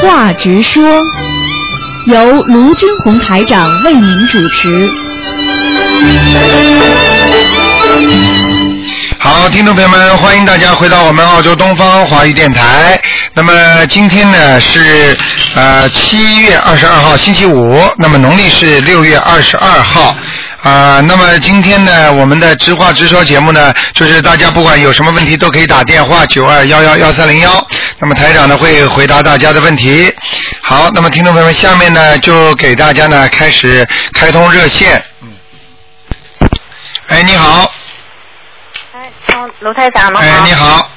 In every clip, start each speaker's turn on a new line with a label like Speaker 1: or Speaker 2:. Speaker 1: 话直说，由卢军红台长为您主持。
Speaker 2: 好，听众朋友们，欢迎大家回到我们澳洲东方华语电台。那么今天呢是呃七月二十二号星期五，那么农历是六月二十二号。啊、那么今天呢，我们的直话直说节目呢，就是大家不管有什么问题都可以打电话九二幺幺幺三零幺，那么台长呢会回答大家的问题。好，那么听众朋友们，下面呢就给大家呢开始开通热线。嗯。哎，你好，
Speaker 3: 哎，哦，卢台长，
Speaker 2: 哎，你。好，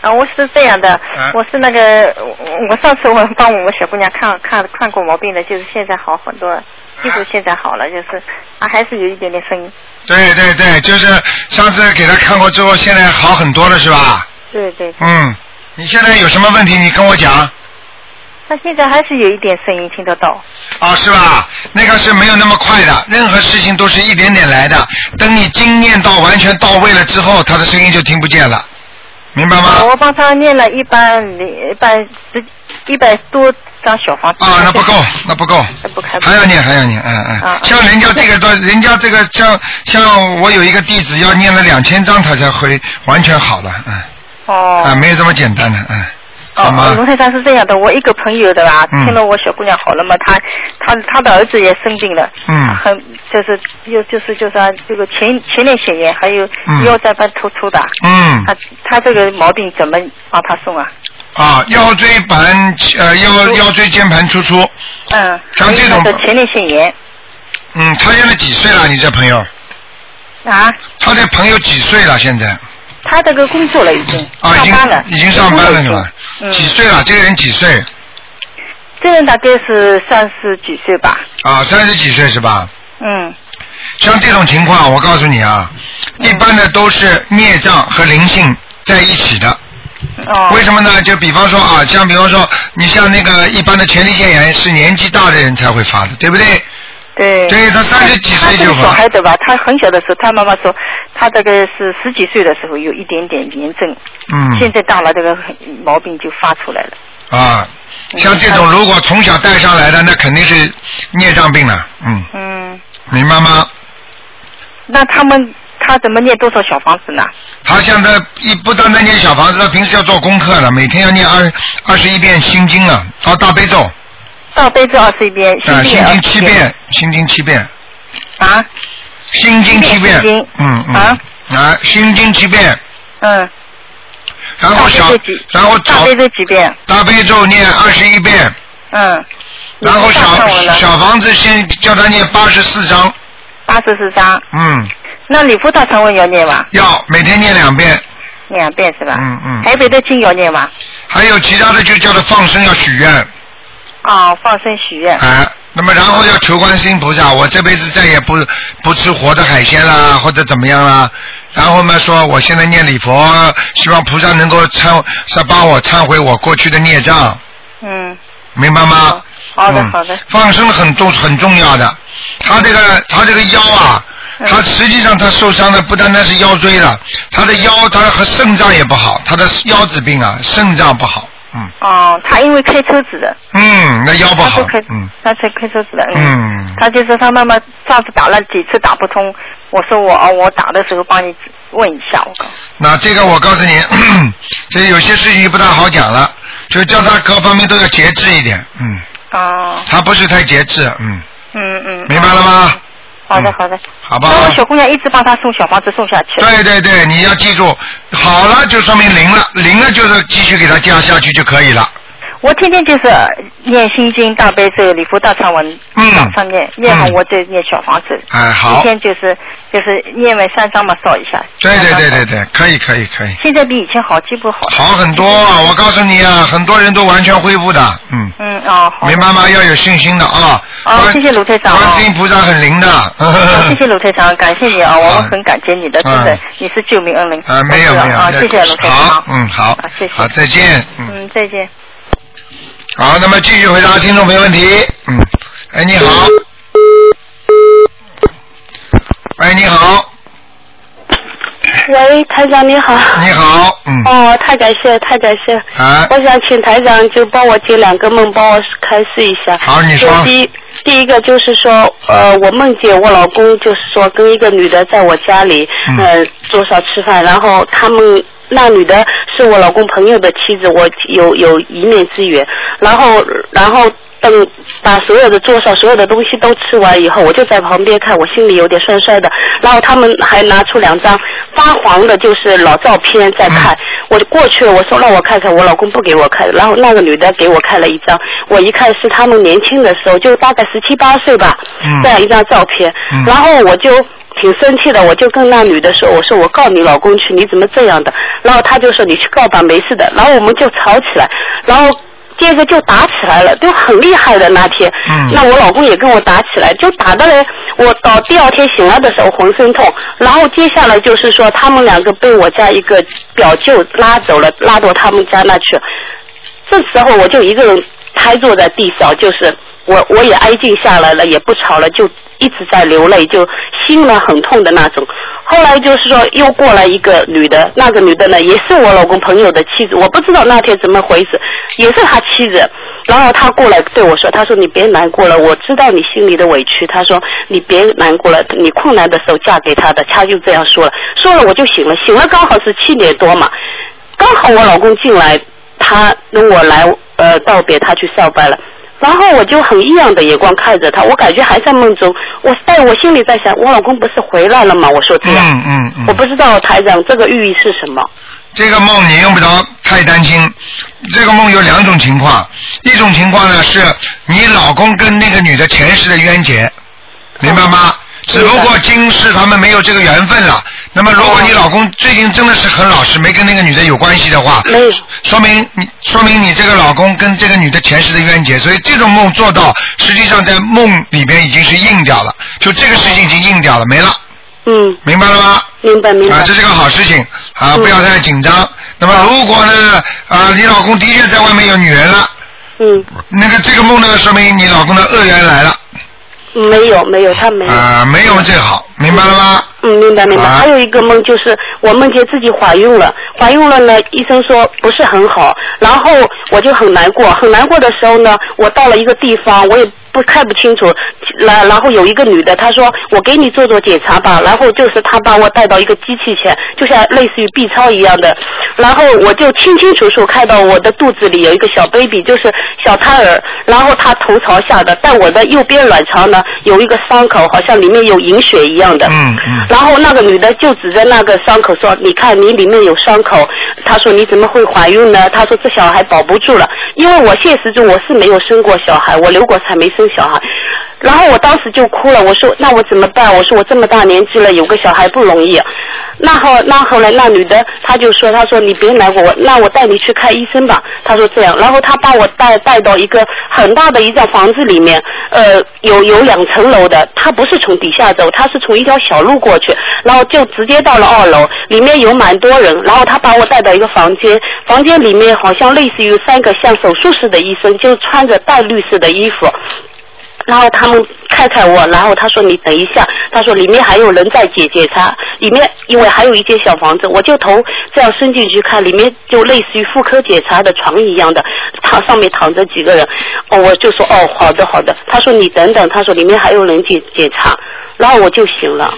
Speaker 3: 呃，我是这样的
Speaker 2: 嗯，
Speaker 3: 我是那个，我我上次我帮我们小姑娘看看看过毛病的，就是现在好很多了，技术现在好了，就是啊，还是有一点点声音。
Speaker 2: 对对对，就是上次给他看过之后，现在好很多了，是吧？
Speaker 3: 对对，
Speaker 2: 嗯，你现在有什么问题，你跟我讲
Speaker 3: 那现在还是有一点声音听得到。
Speaker 2: 啊，是吧？那个是没有那么快的，任何事情都是一点点来的。等你经验到完全到位了之后，他的声音就听不见了，明白吗？
Speaker 3: 我帮她念了一百零一百十一百多张小房子。
Speaker 2: 啊，那不够，那不够，
Speaker 3: 还不开。
Speaker 2: 还要念，还要念，嗯嗯
Speaker 3: 啊。
Speaker 2: 像人家这个都，人家这个像像我有一个弟子要念了两千章，他才会完全好了，嗯
Speaker 3: 哦。
Speaker 2: 啊，没有这么简单的，嗯，好吗
Speaker 3: 哦，？卢台长是这样的，我一个朋友的吧，
Speaker 2: 嗯
Speaker 3: 听了我小姑娘好了嘛，她她她的儿子也生病了，
Speaker 2: 嗯
Speaker 3: 很就是又就是就是啊，这个前前列腺炎还有
Speaker 2: 嗯
Speaker 3: 腰间盘突出的，
Speaker 2: 嗯。
Speaker 3: 她她这个毛病怎么帮她送啊？
Speaker 2: 啊，腰椎盘呃腰腰椎间盘突出，
Speaker 3: 嗯，
Speaker 2: 像
Speaker 3: 还有
Speaker 2: 这种
Speaker 3: 她的前列腺炎
Speaker 2: 嗯，他现在几岁了？你这朋友？
Speaker 3: 啊，
Speaker 2: 他这朋友几岁了？现在
Speaker 3: 她这个工作了已经
Speaker 2: 啊，已
Speaker 3: 上班了，
Speaker 2: 经已经上班了是
Speaker 3: 有工作
Speaker 2: 吧？
Speaker 3: 已
Speaker 2: 几
Speaker 3: 经嗯，
Speaker 2: 岁了？这个人几岁？
Speaker 3: 这人大概是三十几岁吧，
Speaker 2: 啊，三十几岁是吧？
Speaker 3: 嗯，
Speaker 2: 像这种情况，我告诉你啊，一般的都是孽障和灵性在一起的。
Speaker 3: 哦，
Speaker 2: 为什么呢？就比方说啊，像比方说，你像那个一般的前列腺炎是年纪大的人才会发的，对不对？
Speaker 3: 对，
Speaker 2: 对他三十几
Speaker 3: 他
Speaker 2: 岁
Speaker 3: 这
Speaker 2: 就发
Speaker 3: 个小孩子吧，他很小的时候，他妈妈说，他大概是十几岁的时候有一点点炎症，
Speaker 2: 嗯。
Speaker 3: 现在大了这个毛病就发出来了。
Speaker 2: 啊，像这种如果从小带上来的，那肯定是孽障病了。嗯，
Speaker 3: 嗯，
Speaker 2: 明白吗？
Speaker 3: 那他们他怎么念多少小房子呢？
Speaker 2: 他现在一不单单念小房子，他平时要做功课了，每天要念二二十一遍心经啊，啊大悲咒，啊、
Speaker 3: 大悲咒二十一遍，心经
Speaker 2: 啊心
Speaker 3: 也
Speaker 2: 经七
Speaker 3: 21
Speaker 2: 遍，心经七遍，
Speaker 3: 啊，
Speaker 2: 心经七遍
Speaker 3: 心经，
Speaker 2: 嗯嗯，
Speaker 3: 啊
Speaker 2: 啊心经七遍，
Speaker 3: 嗯，
Speaker 2: 然后小
Speaker 3: 大悲咒几，
Speaker 2: 然后
Speaker 3: 大
Speaker 2: 小
Speaker 3: 悲咒几遍？
Speaker 2: 大悲咒念二十一遍，
Speaker 3: 嗯，
Speaker 2: 然后
Speaker 3: 大忏
Speaker 2: 小
Speaker 3: 文了
Speaker 2: 小房子先叫他念八十四章，
Speaker 3: 八十四章，
Speaker 2: 嗯，
Speaker 3: 那礼佛大忏文要念吧？
Speaker 2: 要每天念两遍，
Speaker 3: 两遍是吧？
Speaker 2: 嗯嗯
Speaker 3: 还有别的经要念吧？
Speaker 2: 还有其他的就叫他放生要许愿，
Speaker 3: 啊，放生许愿。
Speaker 2: 啊，那么然后要求观世音菩萨，我这辈子再也不不吃活的海鲜啦，或者怎么样啦。然后嘛，说我现在念礼佛，希望菩萨能够忏，是帮我忏悔我过去的孽障，
Speaker 3: 嗯，
Speaker 2: 明白吗？
Speaker 3: 哦好的
Speaker 2: 嗯
Speaker 3: 好的。
Speaker 2: 放生很重很重要的，他这个他这个腰啊，
Speaker 3: 嗯
Speaker 2: 他实际上他受伤的不单单是腰椎了，他的腰他和肾脏也不好，他的腰子病啊，肾脏不好，嗯
Speaker 3: 哦，他因为开车子的。
Speaker 2: 嗯，那腰不
Speaker 3: 他
Speaker 2: 好
Speaker 3: 是开，，
Speaker 2: 嗯
Speaker 3: 他是开车子的，嗯，
Speaker 2: 嗯。
Speaker 3: 他就说他妈妈上次打了几次打不通，我说我哦，我打的时候帮你问一下，我告诉你
Speaker 2: 那这个我告诉你， 所以有些事情不大好讲了，就叫他各方面都要节制一点，嗯，
Speaker 3: 哦，
Speaker 2: 他不是太节制，嗯，
Speaker 3: 嗯嗯，
Speaker 2: 明白了吗？
Speaker 3: 好的
Speaker 2: 嗯
Speaker 3: 好的，
Speaker 2: 好不
Speaker 3: 那
Speaker 2: 好
Speaker 3: 我？小姑娘一直帮他送小房子送下去，
Speaker 2: 对对对，你要记住，好了就说明灵了，灵了就是继续给他加下去就可以了。
Speaker 3: 我天天就是念心经、大悲咒、礼佛大忏文，
Speaker 2: 嗯
Speaker 3: 早上念，念完
Speaker 2: 嗯
Speaker 3: 我再念小房子，
Speaker 2: 哎，
Speaker 3: 一
Speaker 2: 好，
Speaker 3: 天就是就是念完三张嘛烧一下，
Speaker 2: 对对
Speaker 3: 三张
Speaker 2: 对
Speaker 3: 烧
Speaker 2: 对，对，可以可以可以，
Speaker 3: 现在比以前好，进步好，
Speaker 2: 好很多，我告诉你啊，很多人都完全恢复的，嗯，
Speaker 3: 嗯哦，好的
Speaker 2: 明白吗？要有信心的啊。
Speaker 3: 哦
Speaker 2: 观
Speaker 3: 谢谢卢台长
Speaker 2: 观世音菩萨很灵的。
Speaker 3: 好，谢谢卢台长，感谢你啊，我们很感激你的，真的
Speaker 2: 嗯，
Speaker 3: 你是救命恩人。
Speaker 2: 啊，没有
Speaker 3: 真的
Speaker 2: 没有，
Speaker 3: 啊，
Speaker 2: 那
Speaker 3: 谢谢卢台
Speaker 2: 好
Speaker 3: 长，。
Speaker 2: 嗯，好
Speaker 3: 啊，谢谢
Speaker 2: 好，再见，嗯，
Speaker 3: 嗯，再见。
Speaker 2: 好，那么继续回答听众朋友问题，嗯，哎，你好，哎，你好，
Speaker 4: 喂，台长你好。
Speaker 2: 你好，嗯，
Speaker 4: 哦，太感谢，太感谢。
Speaker 2: 啊，
Speaker 4: 我想请台长就帮我解两个梦，帮我开示一下。
Speaker 2: 好你
Speaker 4: 就
Speaker 2: 说
Speaker 4: 第一，第一个就是说，呃，我梦见我老公就是说跟一个女的在我家里，
Speaker 2: 嗯
Speaker 4: 呃，桌上吃饭，然后他们。那女的是我老公朋友的妻子，我有有一面之缘。然后，然后等把所有的桌上所有的东西都吃完以后，我就在旁边看，我心里有点酸酸的。然后他们还拿出两张发黄的，就是老照片在看。我就过去了，我说让我看看，我老公不给我看，然后那个女的给我看了一张，我一看是他们年轻的时候，就大概十七八岁吧，
Speaker 2: 嗯
Speaker 4: 这样一张照片，
Speaker 2: 嗯
Speaker 4: 然后我就。挺生气的，我就跟那女的说，我说我告你老公去，你怎么这样的？然后她就说你去告吧，没事的。然后我们就吵起来，然后接着就打起来了，都很厉害的那天。
Speaker 2: 嗯
Speaker 4: 那我老公也跟我打起来，就打的嘞，我到第二天醒来的时候浑身痛，然后接下来就是说他们两个被我家一个表舅拉走了，拉到他们家那去。这时候我就一个人瘫坐在地上，就是我我也安静下来了，也不吵了，就一直在流泪，就心呢很痛的那种。后来就是说又过来一个女的，那个女的呢也是我老公朋友的妻子，我不知道那天怎么回事，也是他妻子。然后他过来对我说：“他说你别难过了，我知道你心里的委屈。他说你别难过了，你困难的时候嫁给他的。”他就这样说了，说了我就醒了，醒了刚好是七点多嘛，刚好我老公进来，他跟我来呃道别，他去上班了。然后我就很异样的眼光看着他，我感觉还在梦中。我在我心里在想，我老公不是回来了吗？我说这样，
Speaker 2: 嗯嗯嗯，
Speaker 4: 我不知道台长这个寓意是什么。
Speaker 2: 这个梦你用不着太担心。这个梦有两种情况，一种情况呢是你老公跟那个女的前世的冤结，明白吗？只不过今世他们没有这个缘分了。那么，如果你老公最近真的是很老实，没跟那个女的有关系的话，
Speaker 4: 没有
Speaker 2: 说明你说明你这个老公跟这个女的前世的冤结，所以这种梦做到，实际上在梦里边已经是硬掉了，就这个事情已经硬掉了，没了，
Speaker 4: 嗯，
Speaker 2: 明白了吗？
Speaker 4: 明白明白。嗯
Speaker 2: 啊，这是个好事情啊，不要太紧张。那么如果呢，啊，你老公的确在外面有女人了，
Speaker 4: 嗯，
Speaker 2: 那个这个梦呢，说明你老公的恶缘来了
Speaker 4: 嗯没有没有，他没有。
Speaker 2: 啊，没有最好，明白了吗？
Speaker 4: 嗯，明白明白。
Speaker 2: 啊
Speaker 4: 还有一个梦就是我梦见自己怀孕了，怀孕了呢，医生说不是很好，然后我就很难过，很难过的时候呢，我到了一个地方，我也不看不清楚，然然后有一个女的，她说我给你做做检查吧，然后就是她把我带到一个机器前，就像类似于 B 超一样的，然后我就清清楚楚看到我的肚子里有一个小 baby，就是小胎儿，然后她头朝下的，但我的右边卵巢呢有一个伤口，好像里面有饮血一样的，
Speaker 2: 嗯嗯
Speaker 4: 然后那个女的就指着那个伤口说：“你看你里面有伤口。”她说：“你怎么会怀孕呢？”她说：“这小孩保不住了，因为我现实中我是没有生过小孩，我流过产没生小孩。”然后我当时就哭了，我说：“那我怎么办？我说我这么大年纪了，有个小孩不容易。”那后那后来那女的她就说：“她说你别难过，我那我带你去看医生吧。”她说这样，然后她把我带带到一个很大的一个房子里面，呃，有有两层楼的，她不是从底下走，她是从一条小路过去，然后就直接到了二楼，里面有蛮多人，然后她把我带到一个房间，房间里面好像类似于三个像手术室的医生，就穿着淡绿色的衣服，然后他们看看我，然后他说你等一下，他说里面还有人在解解查，里面因为还有一间小房子，我就头这样伸进去看，里面就类似于妇科检查的床一样的，躺上面躺着几个人，哦，我就说哦好的好的，他说你等等，他说里面还有人检检查，然后我就醒了，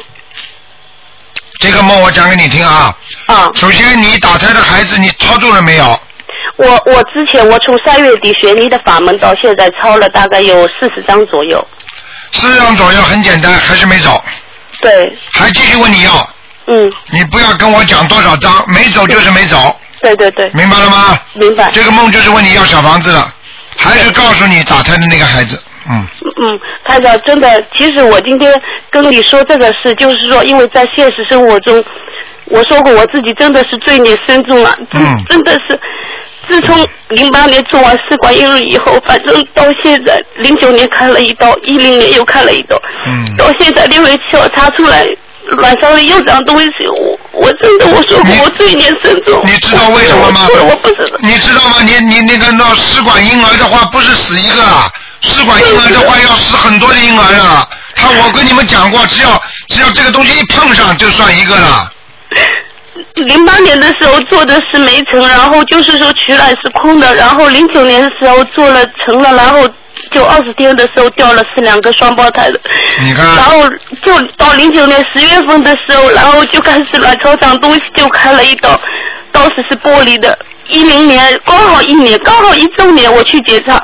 Speaker 2: 这个梦我讲给你听啊。
Speaker 4: 啊，
Speaker 2: 首先，你打胎的孩子你操作了没有？
Speaker 4: 我我之前我从三月底学你的法门到现在抄了大概有四十张左右，
Speaker 2: 四张左右很简单，还是没走，
Speaker 4: 对，
Speaker 2: 还继续问你要，
Speaker 4: 嗯，
Speaker 2: 你不要跟我讲多少张，没走就是没走，
Speaker 4: 对对对，
Speaker 2: 明白了吗？
Speaker 4: 明白。
Speaker 2: 这个梦就是问你要小房子了，还是告诉你打胎的那个孩子？嗯，
Speaker 4: 嗯，台长，真的，其实我今天跟你说这个事，就是说，因为在现实生活中，我说过我自己真的是罪孽深重啊，真、
Speaker 2: 嗯
Speaker 4: 真的是，自从零八年做完试管婴儿以后，反正到现在，零九年开了一刀，一零年又开了一刀，
Speaker 2: 嗯
Speaker 4: 到现在六月七号查出来卵巢里又长东西，我我真的我说过
Speaker 2: 你
Speaker 4: 我罪孽深重，
Speaker 2: 你知道为什么吗
Speaker 4: 我错了我不知道，
Speaker 2: 你知道吗？你你那个闹试管婴儿的话，不是死一个啊，试管婴儿的话要死很多的婴儿啊。他我跟你们讲过，只要只要这个东西一碰上就算一个了，
Speaker 4: 零八年的时候做的是没成，然后就是说取卵是空的，然后零九年的时候做了成了，然后就二十天的时候掉了是两个双胞胎的，
Speaker 2: 你看
Speaker 4: 然后就到零九年十月份的时候，然后就开始卵巢长东西，就开了一刀，当时是玻璃的。一零年刚好一年，刚好一周年，我去检查，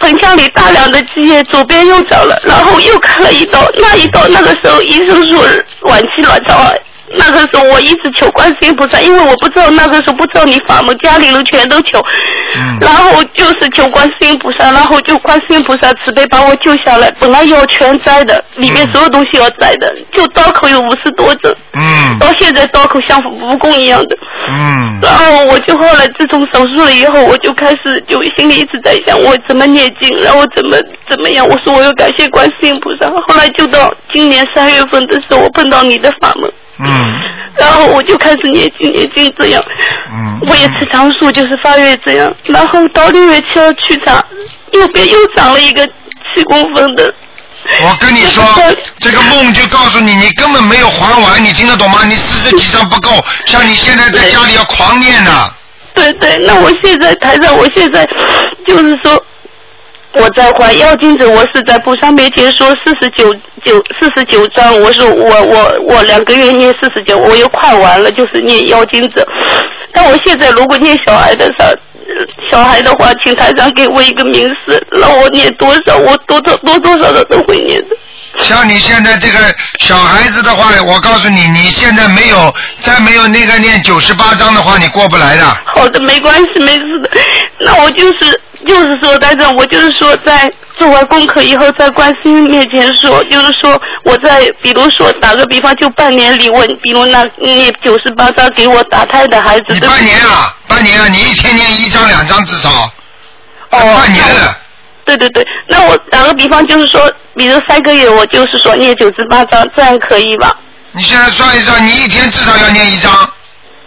Speaker 4: 盆腔里大量的积液，左边又长了，然后又开了一刀，那一刀那个时候医生说晚期卵巢癌。那个时候我一直求观世音菩萨，因为我不知道那个时候不知道你法门，家里人全都求，
Speaker 2: 嗯
Speaker 4: 然后就是求观世音菩萨，然后就观世音菩萨慈悲把我救下来。本来要全摘的，里面所有东西要摘的，就刀口有五十多针，
Speaker 2: 嗯
Speaker 4: 到现在刀口像蜈蚣一样的。
Speaker 2: 嗯
Speaker 4: 然后我就后来自从手术了以后，我就开始就心里一直在想我怎么念经，然后怎么怎么样。我说我要感谢观世音菩萨。后来就到今年三月份的时候，我碰到你的法门，
Speaker 2: 嗯
Speaker 4: 然后我就开始念经念经这样。
Speaker 2: 嗯，
Speaker 4: 我也吃长素，就是发月这样。然后到六月七号去查，右边又长了一个七公分的。
Speaker 2: 我跟你说
Speaker 4: 我，
Speaker 2: 这个梦就告诉你，你根本没有还完，你听得懂吗？你四十几张不够，像你现在在家里要狂念呐、
Speaker 4: 对对，那我现在台上，我现在就是说我在还妖精者，我是在菩萨面前说四十九九四十九章，我说我我我两个月念四十九，我又快完了，就是念妖精者。但我现在如果念小孩的时候。小孩的话，请台上给我一个名字，让我念多少，我多多多多少少都会念的。
Speaker 2: 像你现在这个小孩子的话，我告诉你，你现在没有再没有那个念九十八章的话，你过不来的。
Speaker 4: 好的，没关系，没事的。那我就是就是说，但是我就是说，在做完功课以后，在观世音面前说，就是说我在比如说打个比方，就半年里我，比如那你九十八张给我打胎的孩子，
Speaker 2: 你
Speaker 4: 对不
Speaker 2: 半
Speaker 4: 对？
Speaker 2: 年啊，半年啊，你一天念一张两张至少，
Speaker 4: 哦，
Speaker 2: 半年
Speaker 4: 那我
Speaker 2: 了。
Speaker 4: 对对对，那我打个比方，就是说，比如三个月，我就是说念九十八张，这样可以吧？
Speaker 2: 你现在算一算，你一天至少要念一张，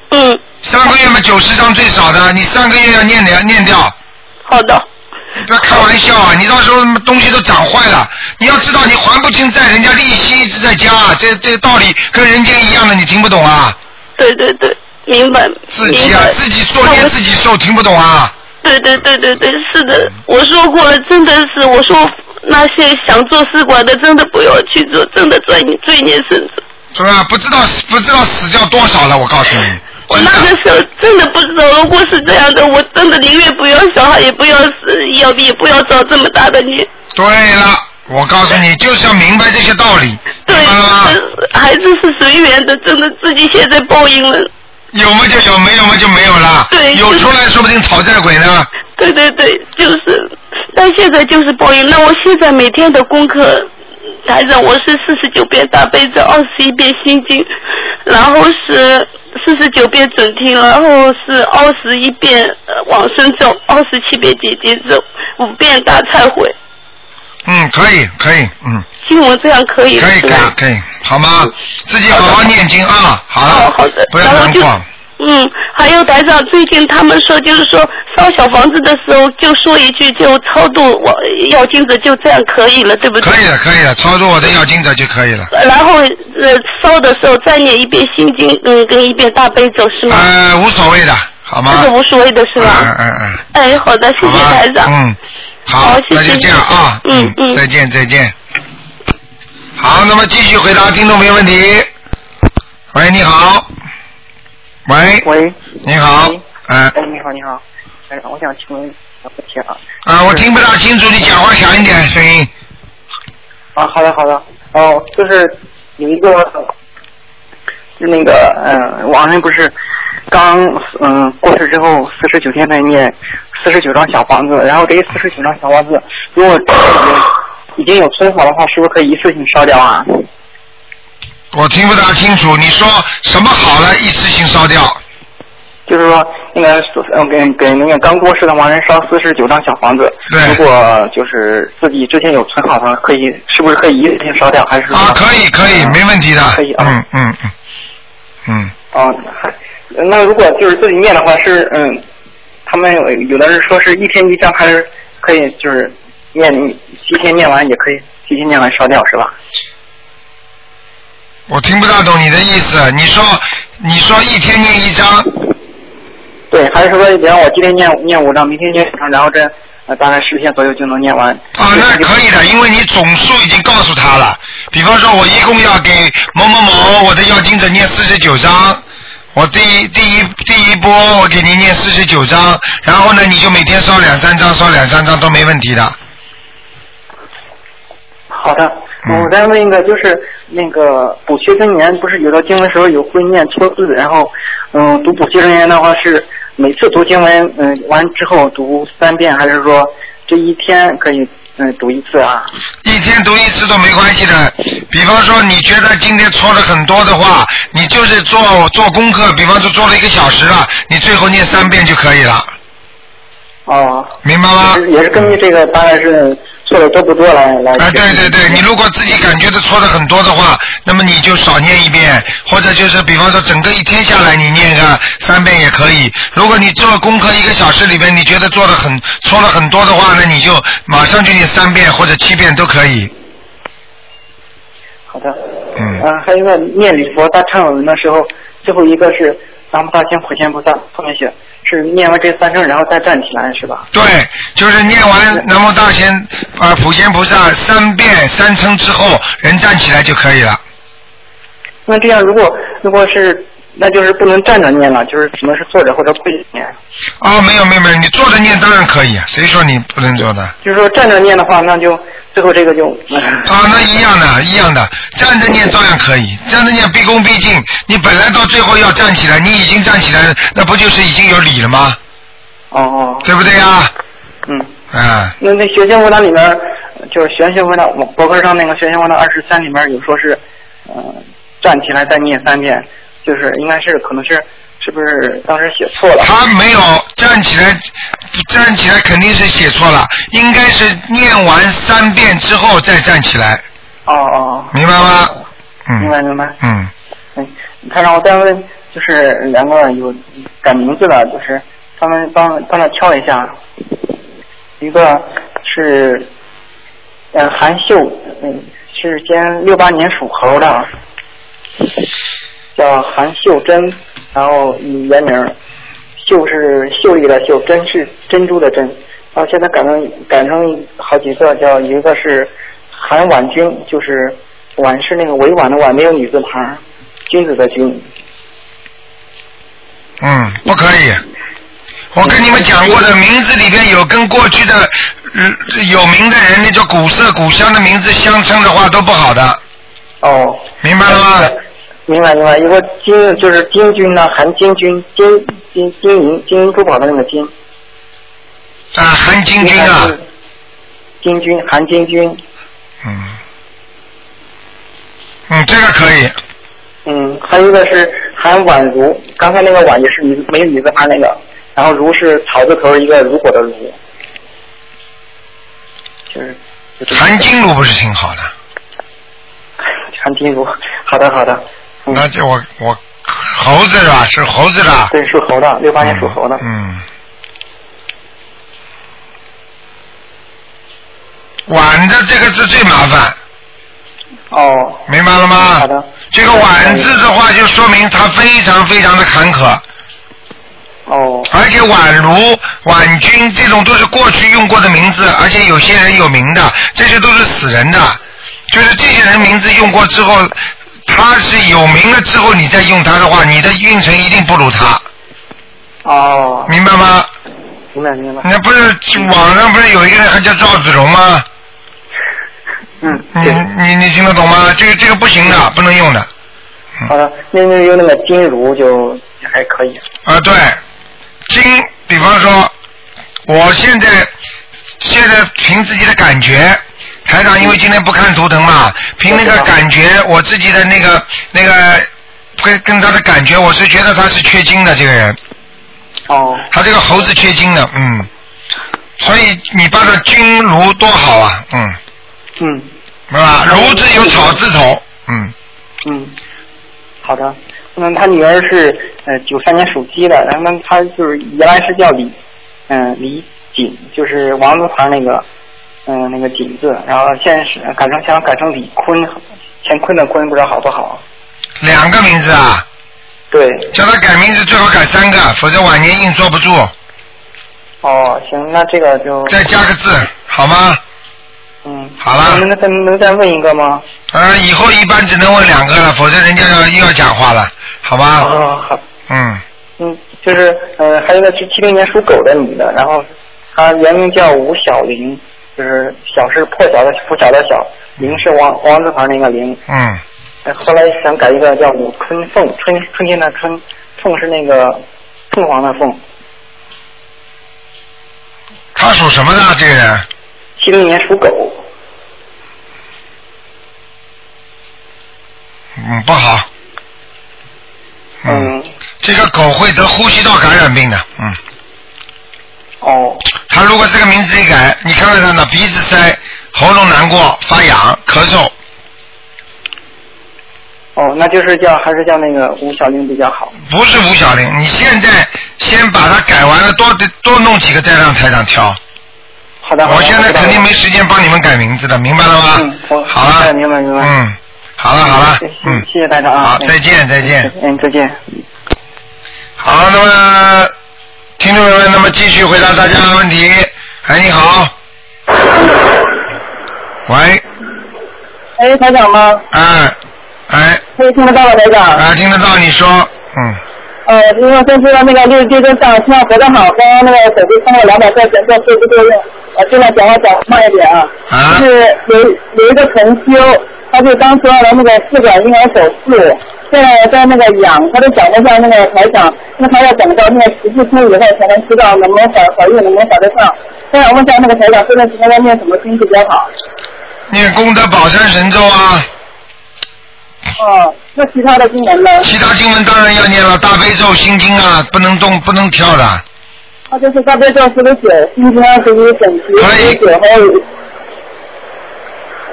Speaker 4: 嗯，
Speaker 2: 三个月嘛九十张最少的，你三个月要念掉念掉。
Speaker 4: 好的，
Speaker 2: 不要开玩笑啊！你到时候东西都长坏了，你要知道你还不清债，人家利息一直在加，啊这这道理跟人间一样的，你听不懂啊？
Speaker 4: 对对对，明白。
Speaker 2: 自
Speaker 4: 明
Speaker 2: 己啊
Speaker 4: 白。，
Speaker 2: 自己作
Speaker 4: 那
Speaker 2: 孽
Speaker 4: 我
Speaker 2: 自己受，听不懂啊？
Speaker 4: 对对对对对，是的，我说过了，真的是我说那些想做试管的，真的不要去做，真的罪罪孽深重。
Speaker 2: 是吧？不知道不知道死掉多少了，我告诉你。
Speaker 4: 我
Speaker 2: 真
Speaker 4: 那个
Speaker 2: 的。
Speaker 4: 时候真的不知道，如果是这样的，我真的宁愿不要小孩，也不要死，要也不要造这么大的孽。
Speaker 2: 对了，我告诉你，就是要明白这些道理，
Speaker 4: 对，
Speaker 2: 明白了吗？
Speaker 4: 这孩子是随缘的，真的自己现在报应了。
Speaker 2: 有嘛就有，没有嘛就没有了。有
Speaker 4: 对就是
Speaker 2: 出来说不定讨债鬼呢。
Speaker 4: 对对对，就是，但现在就是报应。那我现在每天的功课，台长，我是四十九遍大悲咒，二十一遍心经，然后是四十九遍准听，然后是二十一遍呃往生咒，二十七遍解结咒，五遍大忏悔。
Speaker 2: 嗯，可以，可以，嗯，
Speaker 4: 经文这样可以
Speaker 2: 可以，
Speaker 4: 是
Speaker 2: 可以
Speaker 4: 吧？，
Speaker 2: 可以，好吗？自己好好念经啊，好
Speaker 4: 哦
Speaker 2: 了，，
Speaker 4: 好的，
Speaker 2: 不要
Speaker 4: 然后
Speaker 2: 难
Speaker 4: 就
Speaker 2: 过。
Speaker 4: 嗯，还有台长，最近他们说就是说烧小房子的时候就说一句就超度我要金子就这样可以了，对不对？
Speaker 2: 可以的，可以的，操作我的要经者就可以了。
Speaker 4: 然后呃烧的时候再念一遍心经，嗯，跟一遍大悲咒是吗？
Speaker 2: 呃，无所谓的，好吗？
Speaker 4: 这是无所谓的是
Speaker 2: 嗯
Speaker 4: 吧？
Speaker 2: 嗯嗯，
Speaker 4: 哎，好的，谢
Speaker 2: 好
Speaker 4: 谢
Speaker 2: 吧
Speaker 4: 台长。
Speaker 2: 嗯，好
Speaker 4: 好，谢
Speaker 2: 那
Speaker 4: 谢
Speaker 2: 就这样啊。
Speaker 4: 你嗯嗯
Speaker 2: 再见，再见。好，那么继续回答听众朋友问题。喂，你好。喂，
Speaker 5: 喂，
Speaker 2: 你好
Speaker 5: 喂。
Speaker 2: 嗯、
Speaker 5: 哎，你好，你好，哎，我想请问一个问题啊。
Speaker 2: 啊，我听不大清楚，你讲话响一点声音。
Speaker 5: 啊，好的，好的。哦，就是有一个，就那个，嗯，网上不是刚嗯过世之后四十九天才念四十九张小房子，然后这四十九张小房子，如果已经已经有孙好的话，是不是可以一次性烧掉啊？
Speaker 2: 我听不大清楚，你说什么好了？一次性烧掉。啊
Speaker 5: 就是说，那个呃给给那个刚过世的亡人烧四十九张小房子，
Speaker 2: 对
Speaker 5: 如果就是自己之前有存好的，可以是不是可以一次性烧掉，还是说
Speaker 2: 啊，可以可以，没问题的。
Speaker 5: 可以啊
Speaker 2: 嗯嗯嗯嗯，
Speaker 5: 啊，还那如果就是自己念的话是嗯，他们有有的人说是一天一张，还是可以就是念提前念完也可以提前念完烧掉是吧？
Speaker 2: 我听不大懂你的意思。你说你说一天念一张，
Speaker 5: 对，还是说，比方我今天念念五张，明天念五张，然后这呃大概十天左右就能念完。
Speaker 2: 啊，那可以的，因为你总数已经告诉他了。比方说，我一共要给某某某我的要经者念四十九章，我第一第一第一波我给您念四十九章，然后呢，你就每天烧两三张，烧两三张都没问题的。
Speaker 5: 好的，
Speaker 2: 嗯
Speaker 5: 我再问一个，就是那个补缺真言，不是有的经文时候有会念错字，然后嗯，读补缺真言的话是每次读经文嗯完之后读三遍，还是说这一天可以嗯读一次啊？
Speaker 2: 一天读一次都没关系的。比方说，你觉得今天错了很多的话，你就是做做功课，比方说做了一个小时了，你最后念三遍就可以了，
Speaker 5: 哦，
Speaker 2: 明白吗？
Speaker 5: 也是根据这个大概是错的多不多来来。
Speaker 2: 啊，对对对，你如果自己感觉的错的很多的话，那么你就少念一遍，或者就是比方说整个一天下来你念个三遍也可以。如果你做功课一个小时里面你觉得做的很错了很多的话，那你就马上就念三遍或者七遍都可以。
Speaker 5: 好的。
Speaker 2: 嗯
Speaker 5: 呃还有一个念礼佛大忏悔文的时候，最后一个是南无大千普贤菩萨，后面写是念完这三声然后再站起来是吧？
Speaker 2: 对，就是念完南无大仙啊、普贤菩萨三遍三称之后，人站起来就可以了。
Speaker 5: 那这样如果如果是那就是不能站着念了，就是只能是坐着或者跪着念。
Speaker 2: 哦，没有没有没有，你坐着念当然可以，啊谁说你不能坐的？
Speaker 5: 就是说站着念的话，那就最后这个就。
Speaker 2: 啊，那一样的，一样的，站着念照样可以，站着念毕恭毕敬。你本来到最后要站起来，你已经站起来了，那不就是已经有理了吗？
Speaker 5: 哦哦，
Speaker 2: 对不对呀？
Speaker 5: 嗯。
Speaker 2: 啊，
Speaker 5: 那那学经文档里面，就是玄学文档，我博客上那个玄学文档二十三里面有说是，呃，站起来再念三遍，就是应该是可能是是不是当时写错了？
Speaker 2: 他没有站起来，站起来肯定是写错了，应该是念完三遍之后再站起来，
Speaker 5: 哦哦，
Speaker 2: 明白吗？嗯。
Speaker 5: 明白明白。
Speaker 2: 嗯，
Speaker 5: 嗯，他让我再问，就是两个有改名字的，就是他们帮帮他挑一下，一个是呃韩秀，嗯，是先六八年属猴的，叫韩秀珍，然后以原名，秀是秀丽的秀，珍是珍珠的珍，然后现在改成改成好几个，叫一个是韩婉君，就是婉是那个委婉的婉，没有女字旁，君子的君。
Speaker 2: 嗯，不可以。我跟你们讲过的，名字里边有跟过去的、呃有名的人那种古色古香的名字相称的话都不好的，
Speaker 5: 哦，
Speaker 2: 明白了吗？
Speaker 5: 明白明白，一个金就是金君呢，含金君，金金金银金银珠宝的那个金。
Speaker 2: 啊，韩金军啊，。
Speaker 5: 金君含金君，
Speaker 2: 嗯，嗯，这个可以，
Speaker 5: 嗯，还有一个是含宛如，刚才那个宛也是女没有女字旁那个，然后如是草字头一个如果的如，就是。就是
Speaker 2: 韩金炉不是挺好的？
Speaker 5: 含金如，好的好的，嗯，
Speaker 2: 那就我我猴子啊，是猴子的，
Speaker 5: 对，属猴的，六八年属猴的，
Speaker 2: 嗯。碗的这个字最麻烦，
Speaker 5: 哦，
Speaker 2: 明白了吗？
Speaker 5: 好的。
Speaker 2: 这个碗字的话，就说明他非常非常的坎坷，
Speaker 5: 哦，
Speaker 2: 而且宛如、婉君这种都是过去用过的名字，而且有些人有名的，这些都是死人的，就是这些人名字用过之后，他是有名了之后，你再用他的话，你的运程一定不如他，
Speaker 5: 哦，
Speaker 2: 明白吗？
Speaker 5: 明白明白，
Speaker 2: 那不是网上不是有一个人还叫赵子龙吗？
Speaker 5: 嗯，
Speaker 2: 你
Speaker 5: 对，
Speaker 2: 你你听得懂吗？这个这个不行的，不能用的。
Speaker 5: 好的，那那用那个金如就还可以，
Speaker 2: 啊，对，经，比方说，我现在现在凭自己的感觉，台长因为今天不看图腾嘛，凭那个感觉，我自己的那个那个跟跟他的感觉，我是觉得他是缺精的这个人，
Speaker 5: 哦，
Speaker 2: 他这个猴子缺精的，嗯，所以你把他经炉多好啊，嗯，
Speaker 5: 嗯
Speaker 2: 是吧？炉字有草字头，嗯，
Speaker 5: 嗯，好的，那他女儿是呃九三年属鸡的，然后他就是原来是叫李，嗯、李锦，就是王字旁那个，嗯、那个锦字，然后现在是改成想改成李坤，乾坤的坤，不知道好不好？
Speaker 2: 两个名字啊，
Speaker 5: 对，
Speaker 2: 叫他改名字最好改三个，否则晚年硬坐不住。
Speaker 5: 哦，行，那这个就
Speaker 2: 再加个字，好吗？
Speaker 5: 嗯，
Speaker 2: 好了
Speaker 5: 能再能再问一个吗？
Speaker 2: 呃，以后一般只能问两个了，否则人家要又要讲话了，好吧？
Speaker 5: 哦，好，
Speaker 2: 嗯，
Speaker 5: 嗯，就是嗯、呃还有一个是七零年属狗的女的，然后她原名叫吴小玲，就是小是破晓的拂晓的晓，玲是王王字旁那个玲，
Speaker 2: 嗯，
Speaker 5: 呃后来想改一个叫武春凤，春春天的春，凤是那个凤凰的凤，
Speaker 2: 他属什么的啊这个人？
Speaker 5: 七零年属狗，
Speaker 2: 嗯，不好。
Speaker 5: 嗯，
Speaker 2: 这个狗会得呼吸道感染病的，嗯，
Speaker 5: 哦，
Speaker 2: 他如果这个名字一改，你看看他呢，鼻子塞，喉咙难过，发痒，咳嗽，
Speaker 5: 哦，那就是叫还是叫那个吴小玲比较好。
Speaker 2: 不是吴小玲，你现在先把它改完了，多多弄几个再让台长挑。
Speaker 5: 好的，好的
Speaker 2: 我现在
Speaker 5: 知道
Speaker 2: 肯定
Speaker 5: 了
Speaker 2: 没时间帮你们改名字的，明白了吗？
Speaker 5: 嗯我
Speaker 2: 好了，
Speaker 5: 明白明白明白
Speaker 2: 嗯，好了好了
Speaker 5: 谢谢，
Speaker 2: 嗯，
Speaker 5: 谢谢台长啊
Speaker 2: 好，
Speaker 5: 嗯
Speaker 2: 再见再见。
Speaker 5: 嗯，再见。
Speaker 2: 好，那么听众朋友们，那么继续回答大家的问题。哎，你好。喂，
Speaker 4: 哎，台长吗？
Speaker 2: 哎，哎，
Speaker 4: 可以听得到吗，台长？
Speaker 2: 啊，听得到你说，嗯，
Speaker 4: 呃，因为上次那个六地震上，希望活得好，刚刚那个手机充了两百块钱，这次不够用，我尽量讲话讲慢一点啊。
Speaker 2: 啊
Speaker 4: 就，是有有一个同修，他就刚做了那个试管婴儿手术，现在在那个养，他就想问一下那个台长，那他要等到那个十四天以后才能知道能不能怀怀孕，能不能怀得上。我想问一下那个台长，这段时间要念什么经比较好？
Speaker 2: 念功德宝山神咒啊，
Speaker 4: 哦，那其他的经文呢？
Speaker 2: 其他经文当然要念了，大悲咒、心经啊，不能动，不能跳的，
Speaker 4: 那就是大悲咒四十九，心经二十一，整齐
Speaker 2: 可以
Speaker 4: 十九，还有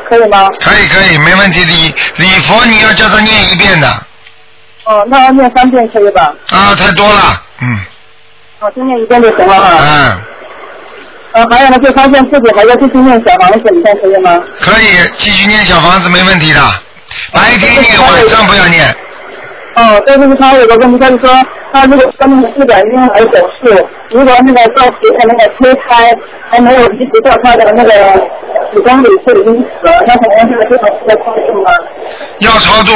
Speaker 4: 可以吗？
Speaker 2: 可以可以，没问题。礼礼佛你要叫他念一遍的，
Speaker 4: 哦，那要念三遍可以吧？
Speaker 2: 啊，太多了，嗯，
Speaker 4: 哦，就念一遍就行了哈。
Speaker 2: 嗯，
Speaker 4: 呃，还有呢，就发现自己还在继续念小房子，你看可以吗？
Speaker 2: 可以继续念小房子没问题的，白天念，
Speaker 4: 嗯
Speaker 2: 晚上不要念，
Speaker 4: 哦，对，就是他有个问题，他就说他如果说那个试管婴儿手术，如果那个到时候那个胚胎还没有移植到他的那个子宫里就已经死了，那可能这个这种在操作吗？
Speaker 2: 要超度，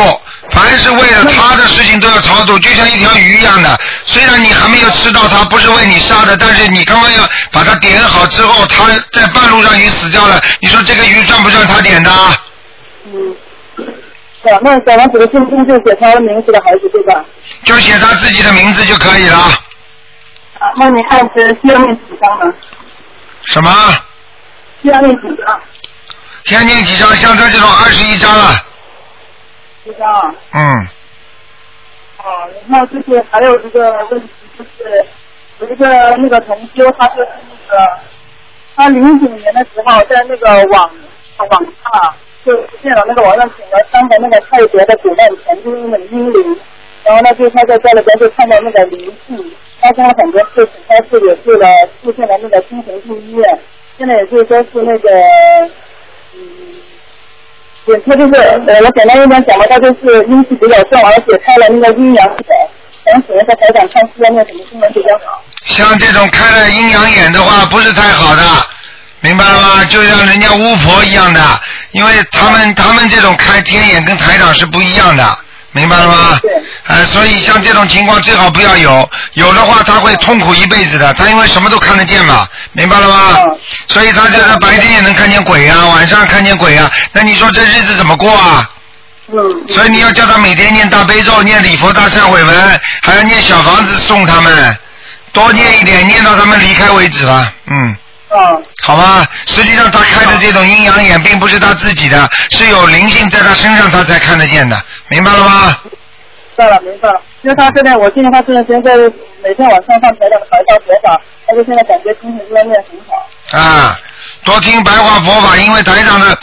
Speaker 2: 凡是为了他的事情都要超度，就像一条鱼一样的。虽然你还没有吃到它，不是为你杀的，但是你刚刚要把它点好之后，它在半路上已经死掉了。你说这个鱼算不算他点的啊？
Speaker 4: 对，哦那小王子的姓名就写他名字的孩子对吧？
Speaker 2: 就写他自己的名字就可以了。
Speaker 4: 啊，那你看是需要念几张呢？
Speaker 2: 什么？
Speaker 4: 需要念几张？
Speaker 2: 先念几张？像他这种二十一张了。
Speaker 4: 一张啊。
Speaker 2: 嗯，
Speaker 4: 哦，然后就是还有一个问题就是，有一个那个同修，他就是那个，他零九年的时候在那个网网上啊就出现了那个网上请了三个那个泰国的古代神就是那种英灵，然后呢就他在家里边就看到那个灵性，发生了很多事情，他是也是了出现了那个精神病医院，现在也就是说是那个嗯。对，他就是呃，我简单一点讲吧，他就是阴气比较重，而且开了那个阴阳眼，想请问一下台长看需要念什么经啊文比较好？
Speaker 2: 像这种开了阴阳眼的话，不是太好的，明白了吗？就像人家巫婆一样的，因为他们他们这种开天眼跟台长是不一样的，明白了吗？
Speaker 4: 对
Speaker 2: 呃，所以像这种情况最好不要有，有的话他会痛苦一辈子的。他因为什么都看得见嘛，明白了吗？
Speaker 4: 嗯
Speaker 2: 所以他就是白天也能看见鬼啊，晚上看见鬼啊，那你说这日子怎么过啊？
Speaker 4: 嗯，
Speaker 2: 所以你要叫他每天念大悲咒、念礼佛大忏悔文，还要念小房子送他们，多念一点，念到他们离开为止了。嗯，
Speaker 4: 哦，
Speaker 2: 好吧。实际上他开的这种阴阳眼并不是他自己的，是有灵性在他身上，他才看得见的，明白了吗？
Speaker 4: 知道了，嗯明白了。因为他现在，我记得他这段时间在每天晚上上台长的白话佛法，但是现在感觉精神观念很好。
Speaker 2: 啊，多听白话佛法，因为台长的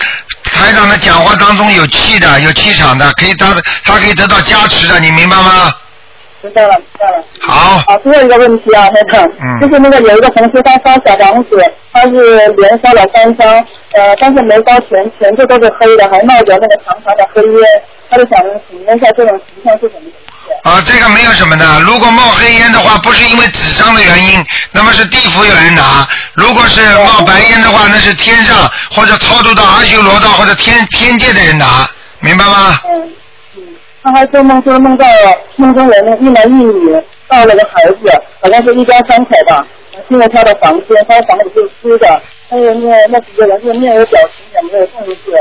Speaker 2: 台长的讲话当中有气的，有气场的，可以他他可以得到加持的，你明白吗？
Speaker 4: 知道了，知道了。
Speaker 2: 好，
Speaker 4: 啊，最后一个问题啊，先生，
Speaker 2: 嗯
Speaker 4: 就是那个有一个同学他烧小房子，他是连烧了三张，呃，但是没烧全，全部都是黑的，还冒着那个长长的黑烟，他就想请问一下这种情况是怎么回事？
Speaker 2: 啊，这个没有什么的。如果冒黑烟的话，不是因为纸张的原因，那么是地府有人拿；如果是冒白烟的话，那是天上或者超度到阿修罗道或者天天界的人拿，明白吗？
Speaker 4: 嗯他还做梦，说梦到了梦中人呢，一男一女抱了个孩子，好像是一家三口吧，进了他的房间，他房里是湿的，他又面那几个人就面有表情，也没有动作，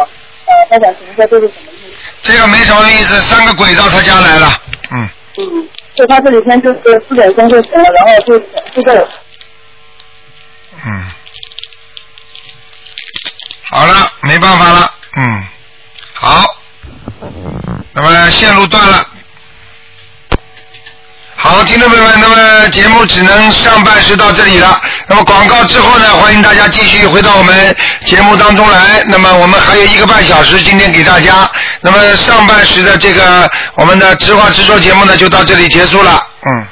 Speaker 4: 呃，他想请问一下这是什么意思？
Speaker 2: 这个没什么意思，三个鬼到他家来了，嗯，
Speaker 4: 嗯，就他这几天就是四点钟就醒了，然后就就在
Speaker 2: 嗯，好了，没办法了，嗯，好，那么线路断了。好，听众朋友们，那么节目只能上半时到这里了。那么广告之后呢，欢迎大家继续回到我们节目当中来。那么我们还有一个半小时，今天给大家。那么上半时的这个我们的直话直说节目呢，就到这里结束了。嗯。